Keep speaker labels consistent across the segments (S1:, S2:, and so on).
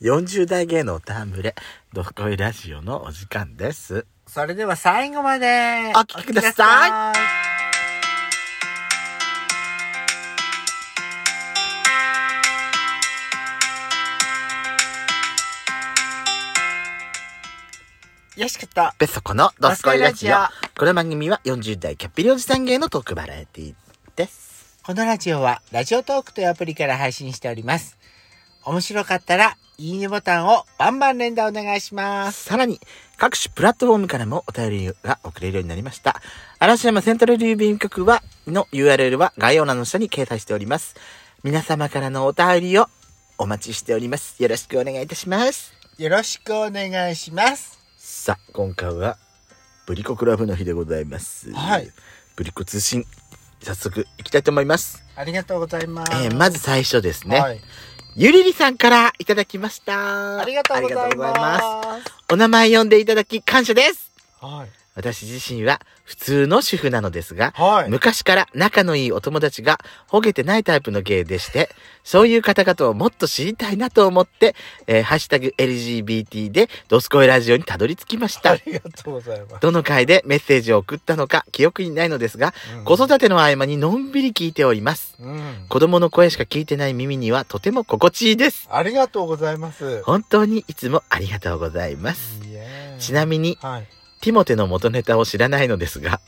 S1: 40代芸能タームレ、どこいラジオのお時間です。
S2: それでは最後まで
S1: お聞きくださ
S2: い。よしかった。
S1: ベソコのどすこいラジオ
S2: どすこいラ。
S1: この番組は40代キャッピリおじさん芸のトークバラエティです。
S2: このラジオはラジオトークというアプリから配信しております。面白かったらいいねボタンをバンバン連打お願いします。
S1: さらに、各種プラットフォームからもお便りが送れるようになりました。嵐山セントラル郵便局は、の URL は概要欄の下に掲載しております。皆様からのお便りをお待ちしております。よろしくお願いいたします。
S2: よろしくお願いします。
S1: さあ今回はブリコクラブの日でございます
S2: はい
S1: ブリコ通信早速いきたいと思います、
S2: ありがとうございます。
S1: えーまず最初ですね、
S2: はい、
S1: ゆりりさんからいただきました
S2: ありがとうござ
S1: あ
S2: い
S1: りがとうございま
S2: ます。
S1: すお名前呼んでいただき感謝です
S2: はい。
S1: 私自身は普通の主婦なのですが、
S2: はい
S1: 昔から仲のいいお友達がほげてないタイプの芸でして、そういう方々をもっと知りたいなと思って、えーハッシュタグ LGBT でドスコイラジオにたどり着きました
S2: あ。りがとうございます。
S1: どの回でメッセージを送ったのか記憶にないのですが、
S2: うん
S1: 子育ての合間にのんびり聞いております。
S2: うん。
S1: 子供の声しか聞いてない耳にはとても心地いいです。
S2: ありがとうございます。
S1: 本当にいつもありがとうございます。
S2: いえ
S1: ちなみに、
S2: はい。
S1: ティモテの元ネタを知らないのですが、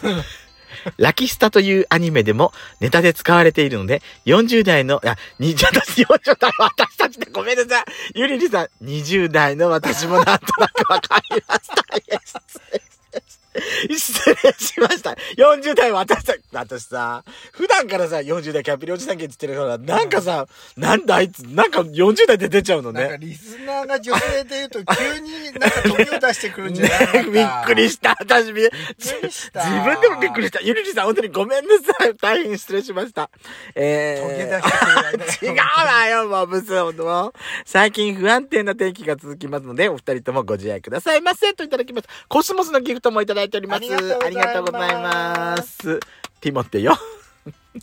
S1: ラキスタというアニメでもネタで使われているので、40代の、あ、20代、40代、私たちでごめんなさい。ゆりりさん、20代の私もなんとなくわかりました。失礼しました。40代私たち、私さ、普段からさ、40代キャピリおじさん芸って言ってるから、なんかさ、なんだあいつ、なんか40代で出ちゃうの
S2: なんか
S1: ね。
S2: リスナーが女性で言うと急になんか時を出してくるんじゃ
S1: ね
S2: ないのか、
S1: びっくりした。私、び
S2: びっくりした
S1: 自分でもびっくりした。ゆりりさん、本当にごめんなさい。大変失礼しました。え
S2: 時計
S1: ー
S2: 出してく
S1: 違う
S2: るわね
S1: わよ、もう、ブス、ほんともう最近不安定な天気が続きますので、お二人ともご自愛くださいませ。といただきます。コスモスのギフトもいただいております。
S2: ありがとうございます
S1: ありがとうございます。ティモテよ。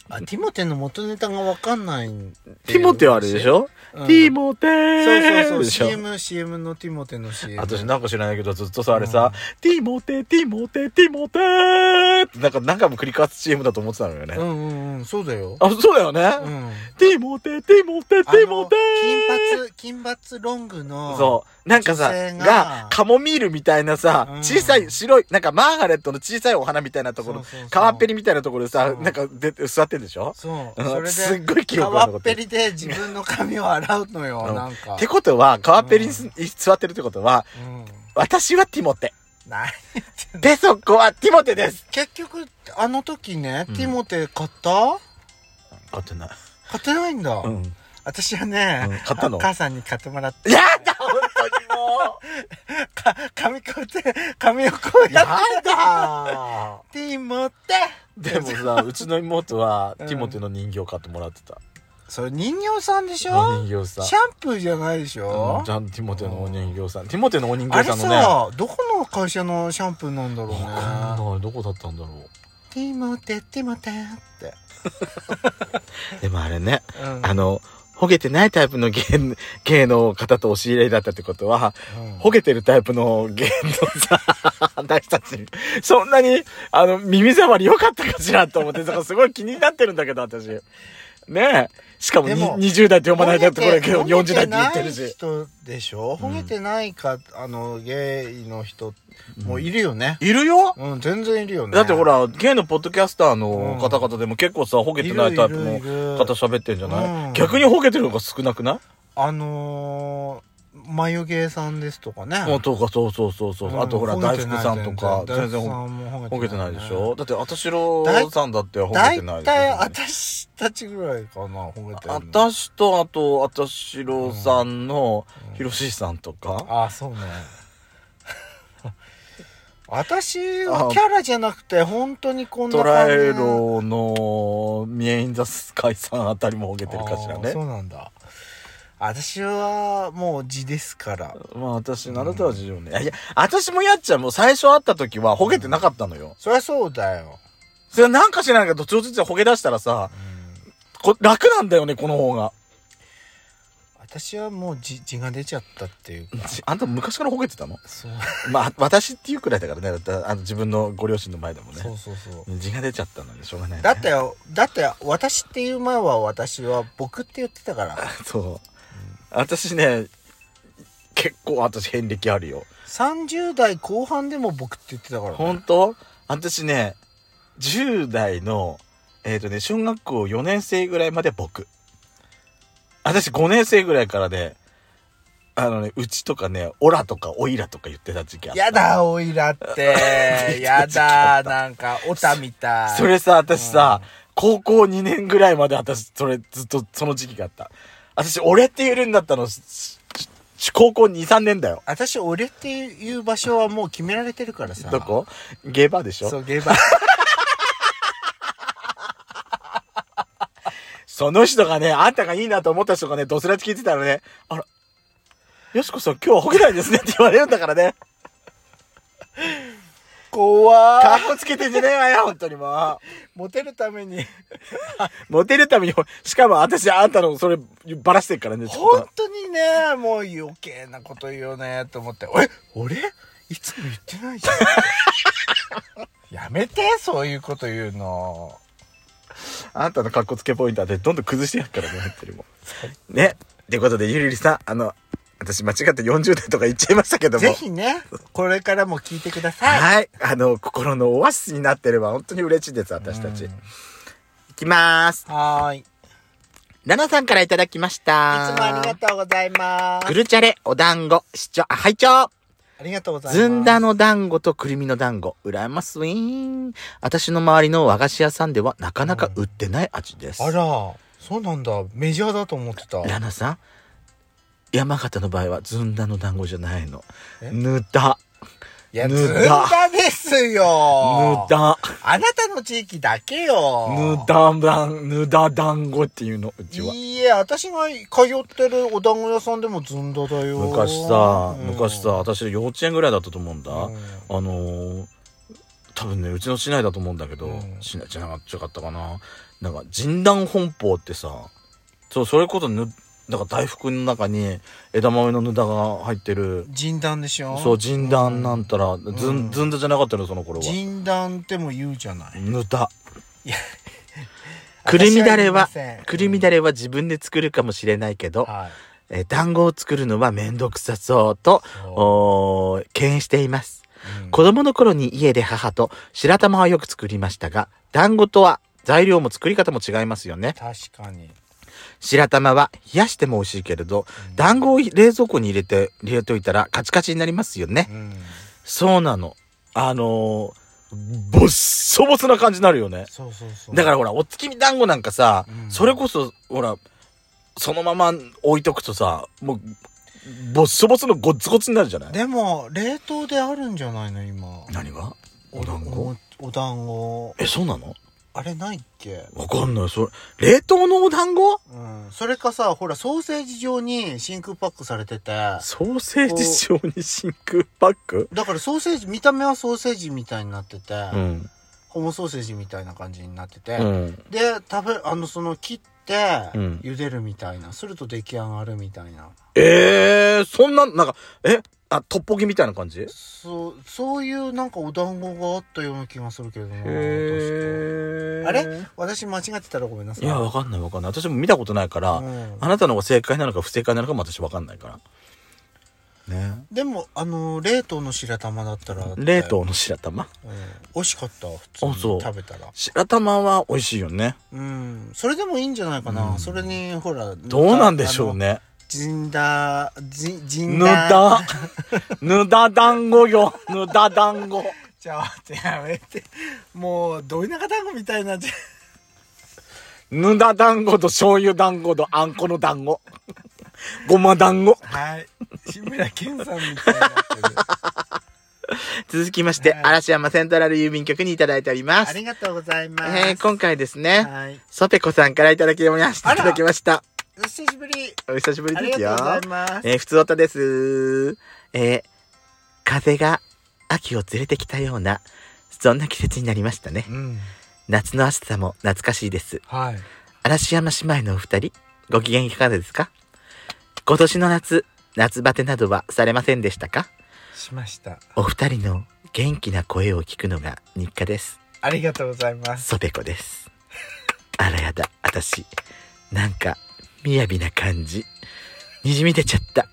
S2: あ、ティモテの元ネタがわかんないんだよ。
S1: ティモテはあれでしょ、
S2: うん
S1: ティモテ
S2: そうそうそう。
S1: でしょ
S2: CM、CM のティモテの CM。
S1: 私なんか知らないけどずっとさあれさ、ティモテティモテティモテーってなんか何回も繰り返す CM だと思ってたのよね、
S2: うんうんうん、そうだよ。
S1: あそうだよね、
S2: うん。
S1: ティモテティモテテ
S2: あの
S1: ィモテ
S2: 金髪、金髪ロングの。
S1: そうなんかさ
S2: 女性
S1: が
S2: が
S1: カモミールみたいなさ、
S2: うん
S1: 小さい白いなんかマーガレットの小さいお花みたいなところ
S2: そうそうそう
S1: 川っぺりみたいなところでさ
S2: そう
S1: なんかで座ってんでしょ
S2: そう。
S1: うん
S2: それです
S1: っごい記憶が
S2: 川
S1: 残っ
S2: ってぺ
S1: る
S2: りで自分の髪を洗うの
S1: う
S2: よ、
S1: ん
S2: なんか。
S1: ってことは川っぺりにす座ってるってことは
S2: うん。
S1: 私はティモテ
S2: 何言ってんの
S1: でそこはティモテです
S2: 結局、あの時ね、
S1: うん
S2: ティモテ買った
S1: あってない、
S2: 買ってないんだ。
S1: うん
S2: 私はね、
S1: うん買ったの
S2: お母さんに買ってもらって、
S1: やだ本当にも
S2: か髪こうやって、髪をこ
S1: う
S2: うやっ
S1: だ
S2: て、ティモテ
S1: でも さうちの妹は
S2: うん
S1: ティモテの人形買ってもらってた、
S2: それ人形さんでしょ
S1: お人形さん
S2: シャンプーじゃないでし
S1: う
S2: ょ
S1: んちゃんとティモテのお人形さんティモテのお人
S2: あ
S1: 形
S2: れ
S1: さんのねわ
S2: さ、どこの会社のシャンプーなんだろう
S1: か
S2: ね。
S1: んないどこだったんだろ
S2: ティモテ、ティモテって。
S1: うでもあれね
S2: うん
S1: あのほげてないタイプの芸芸の方と押し入れだったってことは
S2: うん
S1: ほげてるタイプの芸のさ 私たちそんなにあの耳障り良かったかしらと思ってだからすごい気になってるんだけど私ねえしかも
S2: でも
S1: に20代って読まないだってこれけど
S2: ほげ
S1: 40
S2: て
S1: 代って言ってる
S2: ほげてない
S1: し
S2: 人でしょほげてないか、あの、ゲイの人もいるよね。
S1: いるよ
S2: うん、全然いるよね。
S1: だってほら、ゲイのポッドキャスターの方々でも結構さ、ほげてないタイプ
S2: いる
S1: の
S2: いるいる
S1: 方喋ってんじゃない、
S2: うん
S1: 逆にほげてるのが少なくない、
S2: あのー、眉毛さんですとかね。
S1: あとか、そうそうそうそう。
S2: うん
S1: あとほら、大福さんとか、全然ほ
S2: ほ
S1: ほげてないでしょだって、あたしろさんだってほげ
S2: だ
S1: て
S2: い
S1: ないでしょ
S2: たい私たちぐらいかな、ほげてるの
S1: あたしと、あと、あたしろさんの、ひろしさんとか。
S2: あ、そう ね。私はキャラじゃなくて、本当にこんな
S1: ト
S2: 感
S1: ラ
S2: じ。
S1: イロの、ミエインザスカイさんあたりもほげてるかしら
S2: あー
S1: ね
S2: そ。うなんだ。私はもう字ですから。
S1: まあ私、あなたは自由ね。いや、私もやっちゃんも最初会った時はほげてなかったのよ。
S2: そりゃそうだよ。
S1: それなんか知らないけど、ちょずつほげ出したらさ、こ楽なんだよね、この方が。
S2: 私私はもうじ字が出ちゃったっていうか
S1: ち あんた昔からほげてたの
S2: そう
S1: まあ、私っていうくらいだからね。だってあの自分のご両親の前でもね。
S2: そうそうそう
S1: 字が出ちゃったのにしょうがない、ね。
S2: だってよだって私っていう前は私は僕って言ってたから
S1: そう。私ね、結構私遍歴あるよ。
S2: 30代後半でも僕って言ってたか ら、
S1: 本当私ね、10代の、えっ、とね、小学校4年生ぐらいまで僕。私5年生ぐらいからね、あのね、うちとかね、オラとかオイラとか言ってた時期あった。
S2: やだおいらって やだなんかオタみたい
S1: それさ、私さ、高校2年ぐらいまで私、それずっとその時期があった。私、俺って言えるんだったの、しし高校2、3年だよ。
S2: 私俺っていう場所はもう決められてるからさ
S1: どこゲーバーでしょ
S2: そ
S1: そう
S2: ゲーバー
S1: の人がね、あんたがいいなと思った人がね、ドスラチ聞いてたらね、あら、よしこさん今日はほげないですねって言われるんだからね。
S2: 怖
S1: か
S2: ー
S1: っこつけてんじゃねえわよ、本当にも
S2: モテるために
S1: う。モテるために、しかも私、あんたのそれ、ばらしてるからね、ちょっ
S2: 本当にねもう余計なこと言うよねと思って「え俺いつも言ってないじゃん」 やめてそういうこと言うの
S1: と。あんたのかっこつけポイントはね、どんどん崩してやるからね、本当にもう。ね。ってことで、ゆりりさん、あの、私間違って40代とか言っちゃいましたけども。
S2: ぜひねこれからも聞いてください、
S1: はい。あの、心のオアシスになってれば本当に嬉しいです、私たち。いきまーす。
S2: はーいいつ
S1: ナナさんからいただきました。
S2: もありがとうございます
S1: くるちゃれ、お団子、視聴、あ、拝聴
S2: ありがとうございます
S1: ずんだの団子とくるみの団子、うらやますウィーン。私の周りの和菓子屋さんではなかなか売ってない味です。
S2: あらそうなんだメジャーだと思ってた
S1: ラナさん、山形の場合はずんだの団子じゃないの。
S2: え
S1: ぬだ。
S2: いや
S1: ぬ
S2: ず
S1: だ
S2: んだですよ
S1: ぬだ。
S2: あなたの地域だけよ
S1: ぬだだん、ぬだ団子っていうの、うちは。
S2: いいえ、私が通ってるお団子屋さんでもずんだだよ。
S1: 昔さ、
S2: うん
S1: 昔さ、、私幼稚園ぐらいだったと思うんだ。
S2: うん
S1: あのー多分ね、うちの市内だと思うんだけど、
S2: うん
S1: 市内じゃなかったかな。なんか、人団本舗ってさ、そう、それこそぬ、なんか大福の中に枝豆のぬだが入ってる、
S2: 人団でしょ。
S1: そう、人団なんんたら、ずん、ずんだじゃなかったの、その頃は。
S2: 人団っても言うじゃない。
S1: ぬだ
S2: いや。
S1: くるみだれは
S2: 私は言いません、
S1: くるみだれは自分で作るかもしれないけど、
S2: はい。
S1: えー団子を作るのはめんどくさそうと、おー敬遠しています。
S2: うん
S1: 子供の頃に家で母と白玉はよく作りましたが、団子とは材料も作り方も違いますよね。
S2: 確かに。
S1: 白玉は冷やしても美味しいけれど、団子を冷蔵庫に入れて、入れといたらカチカチになりますよね
S2: う。ん。
S1: そうなの。あのー、ぼっそぼそな感じになるよね。
S2: そうそうそう。
S1: だからほら、お月見団子なんかさ、
S2: うん
S1: それこそ、ほら、そのまま置いとくとさ、もう、ぼっそぼそのごっつごつになるじゃない
S2: でも、冷凍であるんじゃないの、今。
S1: 何が
S2: お
S1: お団子
S2: おお団子。
S1: え、そうなの
S2: あれないっけ
S1: わかんない。それ、冷凍のお団子
S2: うん。それかさ、ほら、ソーセージ状に真空パックされてて。
S1: ソーセージ状に真空パック
S2: だからソーセージ、見た目はソーセージみたいになってて。
S1: うん。
S2: ホモソーセージみたいな感じになってて、
S1: うん。
S2: で食べあのその切って
S1: うん
S2: 茹でるみたいな、すると出来上がるみたいな
S1: ええー、そんな、なんか、えあ、トッポギみたいな感じへ
S2: そうそういうなんかお団子があったような気がするけどな確か
S1: ー
S2: あれ私間違ってたらごめんなさい
S1: いや、わかんないわかんない。私も見たことないから、
S2: うん
S1: あなたの方が正解なのか不正解なのかも私わかんないから。ね
S2: でもあの冷凍の白玉だったら
S1: 冷、凍の白玉
S2: うん、美味しかった普通に
S1: あそう
S2: 食べたら
S1: 白玉は美味しいよね。
S2: うんそれでもいいんじゃないかな、それにほら
S1: どうなんでしょうね。
S2: ジンダージンジン
S1: ぬ
S2: ダー
S1: だ、ぬだ団子よ。ぬだ団子。
S2: ちょっとやめてもうどいなか団子みたいになっちゃう
S1: ぬだ団子と醤油団子とあんこの団子。ごま団子。
S2: はい。志村けんさんみたいにな ってる。
S1: 続きまして、
S2: はい
S1: 嵐山セントラル郵便局にいただいておりま
S2: あ
S1: す。
S2: りがとうございます。
S1: えー、今回ですね、
S2: はい。
S1: ソペコさんからいただきました。
S2: あ
S1: い
S2: ら
S1: ただきました。
S2: お久しぶり。
S1: お久しぶり
S2: あ
S1: で
S2: り
S1: すよ。
S2: がとうございます。
S1: えー、普通音です。えー、風が秋を連れてきたような、そんな季節になりましたね。
S2: うん。
S1: 夏の暑さも懐かしいです。
S2: はい。
S1: 嵐山姉妹のお二人、ご機嫌いかがですか今年の夏、夏バテなどはされませんでしたか
S2: しました
S1: お二人の元気な声を聞くのが日課です。
S2: ありがとうございます
S1: ソペコです。あらやだ、あたし。なんか、みやびな感じ。にじみ出ちゃった。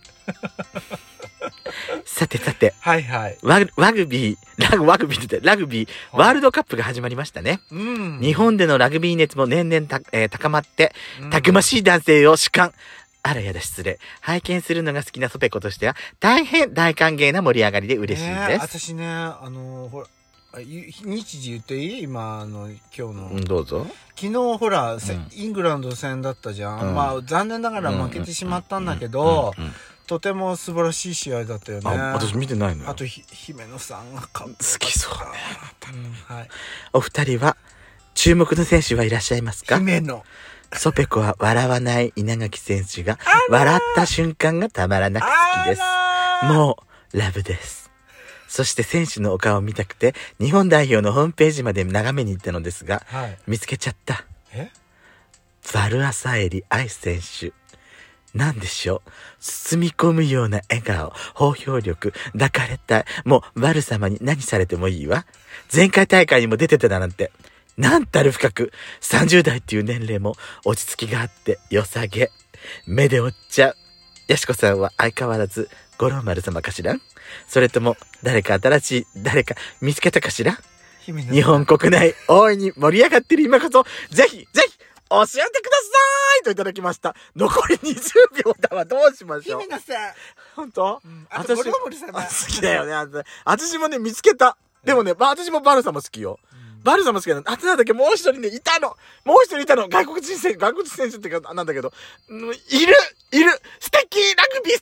S1: さてさて、
S2: はいはい
S1: ワグラグビー、ラグ、ワグビーって言ってラグビー、ワール
S2: ド
S1: ドカップが始まりましたね。
S2: うん
S1: 日本でのラグビー熱も年々た、えー高まって、
S2: うん
S1: たくましい男性を主観。あらやだ失礼。拝見するのが好きなソペコとしては、大変大歓迎な盛り上がりで嬉しい
S2: ねえ
S1: です。
S2: 私ねあのほらあゆ日時言っていい今あの今日の、
S1: うん、どうぞ。
S2: 昨日ほら、せ
S1: うん
S2: イングランド戦だったじゃん、
S1: うん
S2: まあ残念ながら負けてしまったんだけど、
S1: うんうんうん
S2: とても素晴らしい試合だったよね
S1: あ、私見てないのよ
S2: あとひ姫野さんが好
S1: 好きそうね
S2: はい、
S1: お二人は、注目の選手はいらっしゃいますか
S2: 姫野
S1: ソペコは笑わない稲垣選手が、笑った瞬間がたまらなく好きです。
S2: う
S1: もう、ラブです。そして選手のお顔を見たくて、日本代表のホームページまで眺めに行ったのですが、
S2: はい
S1: 見つけちゃった。
S2: え
S1: バルアサエリ愛選手。なんでしょう包み込むような笑顔、包容力、抱かれたい。もう、バル様に何されてもいいわ。前回大会にも出てただなんて。なんたる深く、30代っていう年齢も落ち着きがあって、良さげ。目で追っちゃう。ヤシコさんは相変わらず、五郎丸様かしらそれとも、誰か新しい、誰か見つけたかしら
S2: 姫野
S1: 日本国内大いに盛り上がってる今こそ、ぜひ、ぜひ、教えてくださいといただきました。残り20秒だわ。どうしましょう
S2: 姫。野さん、
S1: 本当
S2: うん、あとゴリゴリさん
S1: あ好きだよね。あた私もね、見つけた。でもね、ば私もバルさんも好きよ。バルさんも好きなの。あとなんだっけ、もう一人ね、いたの。もう一人いたの。外国人選手、外国人選手ってか、なんだけど、うんいるいる素敵ラグビー素